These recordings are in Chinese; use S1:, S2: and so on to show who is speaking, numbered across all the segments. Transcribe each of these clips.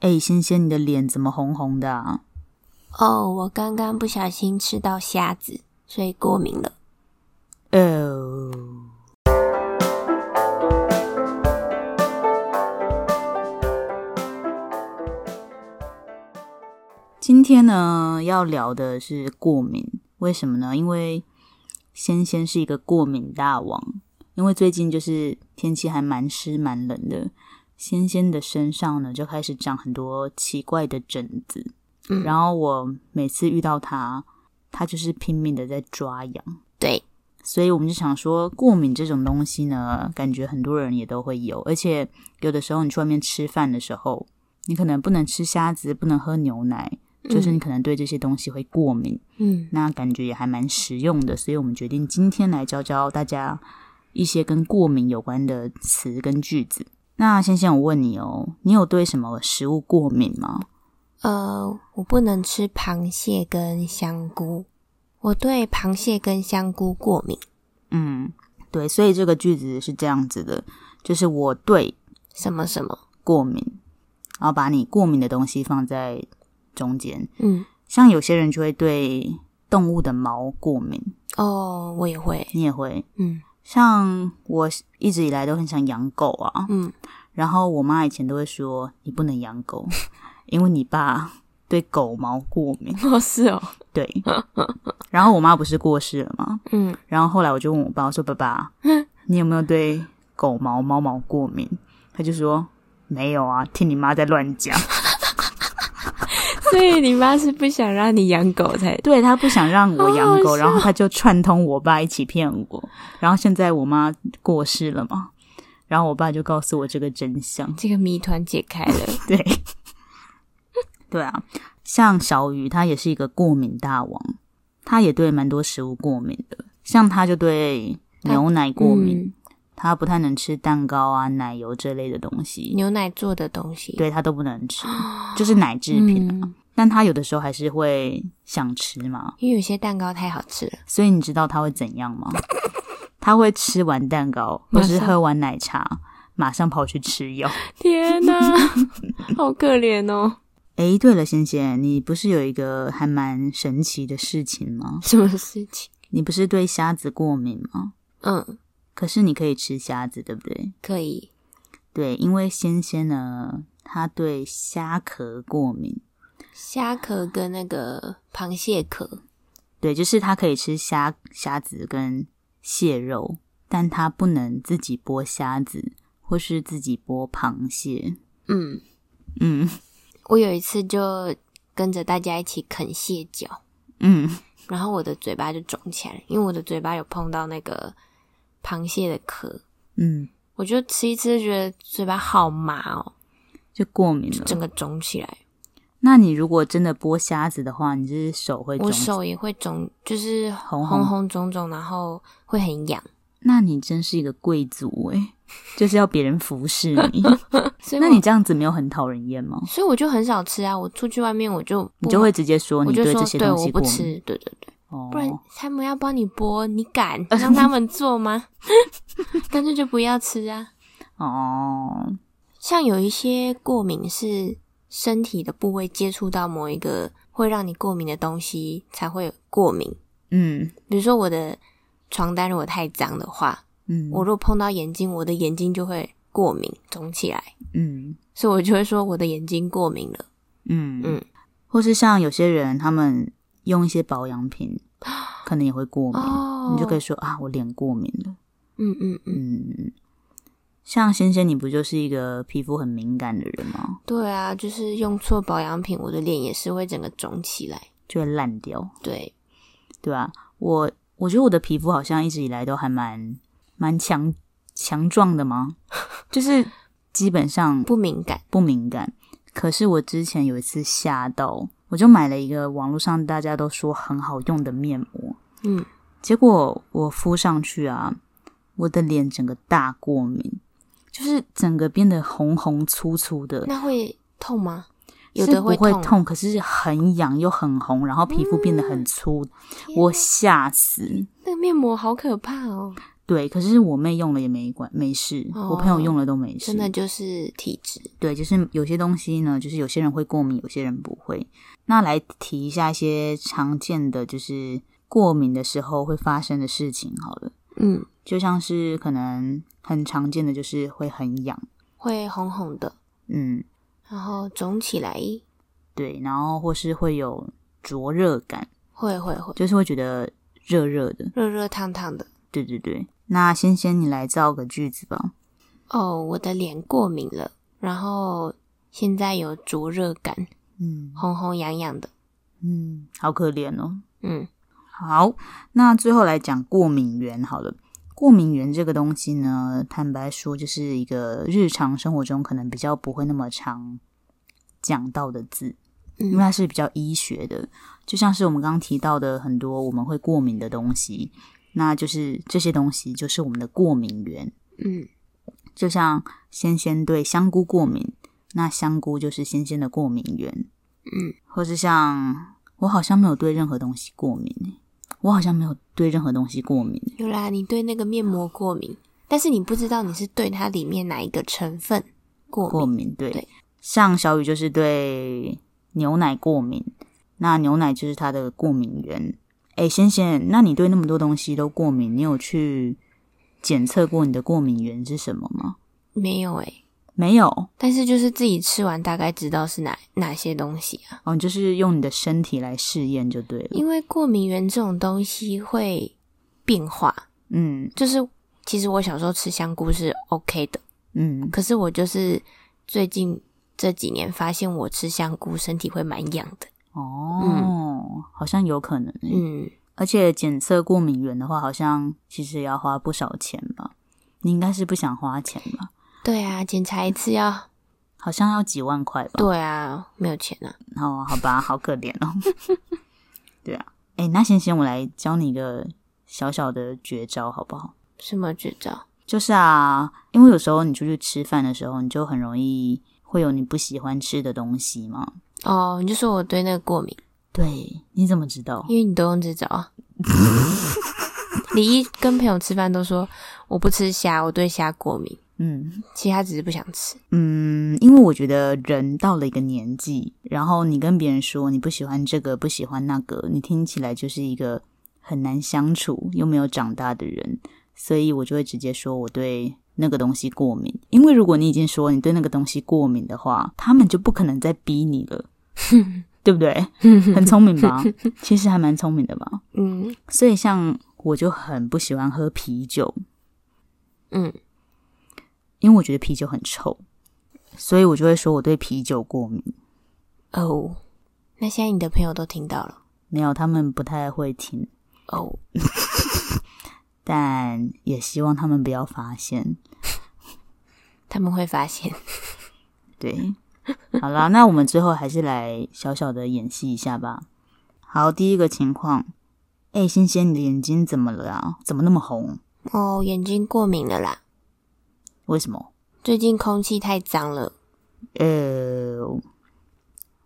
S1: 哎，仙仙，你的脸怎么红红的啊？
S2: 哦，我刚刚不小心吃到虾子，所以过敏了。
S1: 哦，今天呢要聊的是过敏，为什么呢？因为仙仙是一个过敏大王，因为最近就是天气还蛮湿蛮冷的，仙仙的身上呢就开始长很多奇怪的疹子，
S2: 嗯
S1: 然后我每次遇到她，她就是拼命的在抓痒。
S2: 对，
S1: 所以我们就想说，过敏这种东西呢，感觉很多人也都会有，而且有的时候你去外面吃饭的时候，你可能不能吃虾子，不能喝牛奶，就是你可能对这些东西会过敏，
S2: 嗯，
S1: 那感觉也还蛮实用的。所以我们决定今天来教教大家一些跟过敏有关的词跟句子。那先先我问你哦，你有对什么食物过敏吗？
S2: 呃，我不能吃螃蟹跟香菇，我对螃蟹跟香菇过敏。
S1: 嗯，对，所以这个句子是这样子的，就是我对
S2: 什么什么？
S1: 过敏，然后把你过敏的东西放在中间。
S2: 嗯，
S1: 像有些人就会对动物的毛过敏，
S2: 哦，我也会。
S1: 你也会。
S2: 嗯
S1: 像我一直以来都很想养狗啊，
S2: 嗯，
S1: 然后我妈以前都会说你不能养狗， 因为你爸对狗毛过敏。
S2: 哦是哦，
S1: 对，然后我妈不是过世了吗？
S2: 嗯，
S1: 然后后来我就问我爸，我说：“爸爸，你有没有对狗毛、猫毛过敏？”他就说：“没有啊，听你妈在乱讲。”
S2: 所以你妈是不想让你养狗才
S1: 对他不想让我养
S2: 好
S1: 狗，
S2: 好笑
S1: 然后他就串通我爸一起骗我。然后现在我妈过世了嘛，然后我爸就告诉我这个真相。
S2: 这个谜团解开了。
S1: 对， 对啊，像小雨他也是一个过敏大王，他也对蛮多食物过敏的，像他就对牛奶过敏，
S2: 嗯，
S1: 他不太能吃蛋糕啊、奶油这类的东西，
S2: 牛奶做的东西。
S1: 对他都不能吃，就是奶制品啊。
S2: 嗯
S1: 但他有的时候还是会想吃嘛，
S2: 因为有些蛋糕太好吃了，
S1: 所以你知道他会怎样吗？ 他会吃完蛋糕，或
S2: 马
S1: 是
S2: 上
S1: 喝完奶茶，马上跑去吃药。
S2: 天 哪，好可怜哦！
S1: 诶，对了，仙仙，你不是有一个还蛮神奇的事情吗？
S2: 什么事情？
S1: 你不是对虾子过敏吗？
S2: 嗯，
S1: 可是你可以吃虾子，对不对？
S2: 可以。
S1: 对，因为仙仙呢，她对虾壳过敏。
S2: 虾壳跟那个螃蟹壳，
S1: 对，就是她可以吃虾虾子跟蟹肉，但她不能自己剥虾子或是自己剥螃蟹。
S2: 嗯，
S1: 嗯
S2: 我有一次就跟着大家一起啃蟹脚，
S1: 嗯。
S2: 然后我的嘴巴就肿起来了，因为我的嘴巴有碰到那个螃蟹的壳，
S1: 嗯，
S2: 我就吃一吃，觉得嘴巴好麻哦，
S1: 就过敏
S2: 整
S1: 了。
S2: 个肿起来，
S1: 那你如果真的剥虾子的话，你就是手会肿
S2: 我。手也会肿，就是
S1: 红红
S2: 红红肿肿，然后会很痒，
S1: 那你真是一个贵族诶、就是要别人服侍 你。
S2: 所以
S1: 那
S2: 我
S1: 你这样子没有很讨人厌吗？
S2: 所以我就很少吃啊，我出去外面我就不
S1: 你就会直接说
S2: 我
S1: 你
S2: 就
S1: 对
S2: 说
S1: 这些东
S2: 我
S1: 西
S2: 不
S1: 过
S2: 吃
S1: 敏，，
S2: 对对对。
S1: 哦
S2: 不然他们要帮你剥，你 敢让他们做吗？ 干脆就不要吃啊！
S1: 哦，
S2: 像有一些过敏是身体的部位接触到某一个会让你过敏的东西才会过敏。
S1: 嗯
S2: 比如说我的床单如果太脏的话，
S1: 嗯，
S2: 我如果碰到眼睛，我的眼睛就会过敏肿起来，
S1: 嗯
S2: 所以我就会说我的眼睛过敏了。
S1: 嗯嗯
S2: 嗯，
S1: 或是像有些人他们用一些保养 品，可能也会过敏，
S2: 哦
S1: 你就可以说啊，我脸过敏了。
S2: 嗯嗯嗯，
S1: 嗯，像先生，你不就是一个皮肤很敏感的人吗？
S2: 对啊，就是用错保养品，我的脸也是会整个肿起来。
S1: 就会烂掉，
S2: 对，
S1: 对啊，我我觉得我的皮肤好像一直以来都还蛮蛮强强壮的嘛， 就是基本上
S2: 不敏感。
S1: 不敏感。可是我之前有一次吓到，我就买了一个网络上大家都说很好用的面膜，
S2: 嗯，
S1: 结果我敷上去啊，我的脸整个大过敏，就是整个变得红红粗粗的，
S2: 那会痛吗？有
S1: 是
S2: 的
S1: 不
S2: 会
S1: 会
S2: 痛。
S1: 痛，可是很痒又很红，然后皮肤变得很粗，
S2: 嗯天
S1: 我
S2: 哪
S1: 吓死。
S2: 那个面膜好可怕哦！
S1: 对，可是我妹用了也没关没事，
S2: 哦
S1: 我朋友用了都没事。
S2: 真的就是体质。
S1: 对，就是有些东西呢，就是有些人会过敏，有些人不会。那来提一下一些常见的，就是过敏的时候会发生的事情好了，
S2: 嗯，
S1: 就像是可能很常见的就是会很痒，
S2: 会红红的，
S1: 嗯，
S2: 然后肿起来，
S1: 对，然后或是会有灼热感，
S2: 会会会，
S1: 就是会觉得热热的。
S2: 热热烫烫的。
S1: 对对对，那先先你来造个句子吧。
S2: 哦，我的脸过敏了，然后现在有灼热感，
S1: 嗯
S2: 红红痒痒的。
S1: 嗯，好可怜哦。
S2: 嗯，
S1: 好，那最后来讲过敏源好了。过敏源这个东西呢，坦白说，就是一个日常生活中可能比较不会那么常讲到的字，
S2: 嗯
S1: 因为它是比较医学的，就像是我们刚刚提到的很多我们会过敏的东西，那就是这些东西就是我们的过敏源。
S2: 嗯，
S1: 就像仙仙对香菇过敏，那香菇就是仙仙的过敏源。
S2: 嗯，
S1: 或是像我好像没有对任何东西过敏欸，我好像没有对任何东西过敏欸。
S2: 有啦，你对那个面膜过敏，但是你不知道你是对它里面哪一个成分过敏。
S1: 过敏对，
S2: 对
S1: 像小雨就是对牛奶过敏，那牛奶就是它的过敏源。哎，仙仙，那你对那么多东西都过敏，你有去检测过你的过敏源是什么吗？
S2: 没有诶、
S1: 没有，
S2: 但是就是自己吃完大概知道是哪哪些东西啊，
S1: 哦，你就是用你的身体来试验就对了。
S2: 因为过敏源这种东西会变化，
S1: 嗯
S2: 就是其实我小时候吃香菇是 OK 的，
S1: 嗯，
S2: 可是我就是最近这几年发现我吃香菇身体会蛮痒的，
S1: 哦，好像有可能欸。
S2: 嗯，
S1: 而且检测过敏源的话，好像其实也要花不少钱吧？你应该是不想花钱吧？
S2: 对啊，检查一次要，
S1: 好像要几万块吧？
S2: 对啊，没有钱啊，
S1: 哦，好吧，好可怜哦。 对啊，哎，那贤贤，我来教你一个小小的绝招，好不好？
S2: 什么执照？
S1: 就是啊，因为有时候你出去吃饭的时候，你就很容易会有你不喜欢吃的东西嘛。
S2: 哦，你就说我对那个过敏，
S1: 对，你怎么知道？
S2: 因为你都用这招啊。 李一跟朋友吃饭都说我不吃虾，我对虾过敏。
S1: 嗯，
S2: 其实他只是不想吃。
S1: 嗯，因为我觉得人到了一个年纪，然后你跟别人说你不喜欢这个，不喜欢那个，你听起来就是一个很难相处又没有长大的人，所以我就会直接说我对那个东西过敏。因为如果你已经说你对那个东西过敏的话，他们就不可能再逼你了，对不对？很聪明吧？其实还蛮聪明的吧。
S2: 嗯
S1: 所以像我就很不喜欢喝啤酒，
S2: 嗯，
S1: 因为我觉得啤酒很臭，所以我就会说我对啤酒过敏。
S2: 哦，那现在你的朋友都听到了
S1: 没有，他们不太会听，
S2: 哦。
S1: 但也希望他们不要发现。
S2: 他们会发现，
S1: 对， 好啦，那我们最后还是来小小的演戏一下吧。好，第一个情况，哎，仙仙，你的眼睛怎么了啊？怎么那么红？
S2: 哦，眼睛过敏了啦。
S1: 为什么？
S2: 最近空气太脏了，
S1: 呃，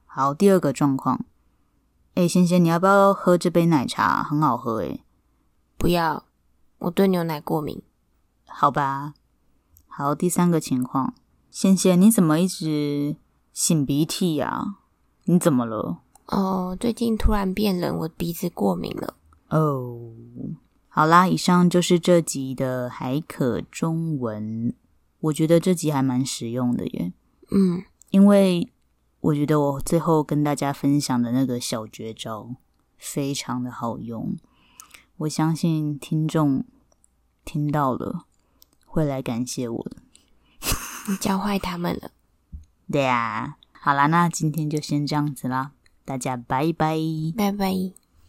S1: 好，第二个状况，哎，仙仙，你要不要喝这杯奶茶？很好喝哎诶。
S2: 不要。我对牛奶过敏，
S1: 好吧。好，第三个情况，仙仙，你怎么一直擤鼻涕呀、你怎么了？
S2: 哦，最近突然变冷，我鼻子过敏了。
S1: 哦，好啦，以上就是这集的海可中文。我觉得这集还蛮实用的耶，
S2: 嗯，
S1: 因为我觉得我最后跟大家分享的那个小绝招非常的好用，我相信听众听到了会来感谢我的。
S2: 你教坏他们了，
S1: 啊对呀、好啦，那今天就先这样子啦，大家拜拜。
S2: 拜拜。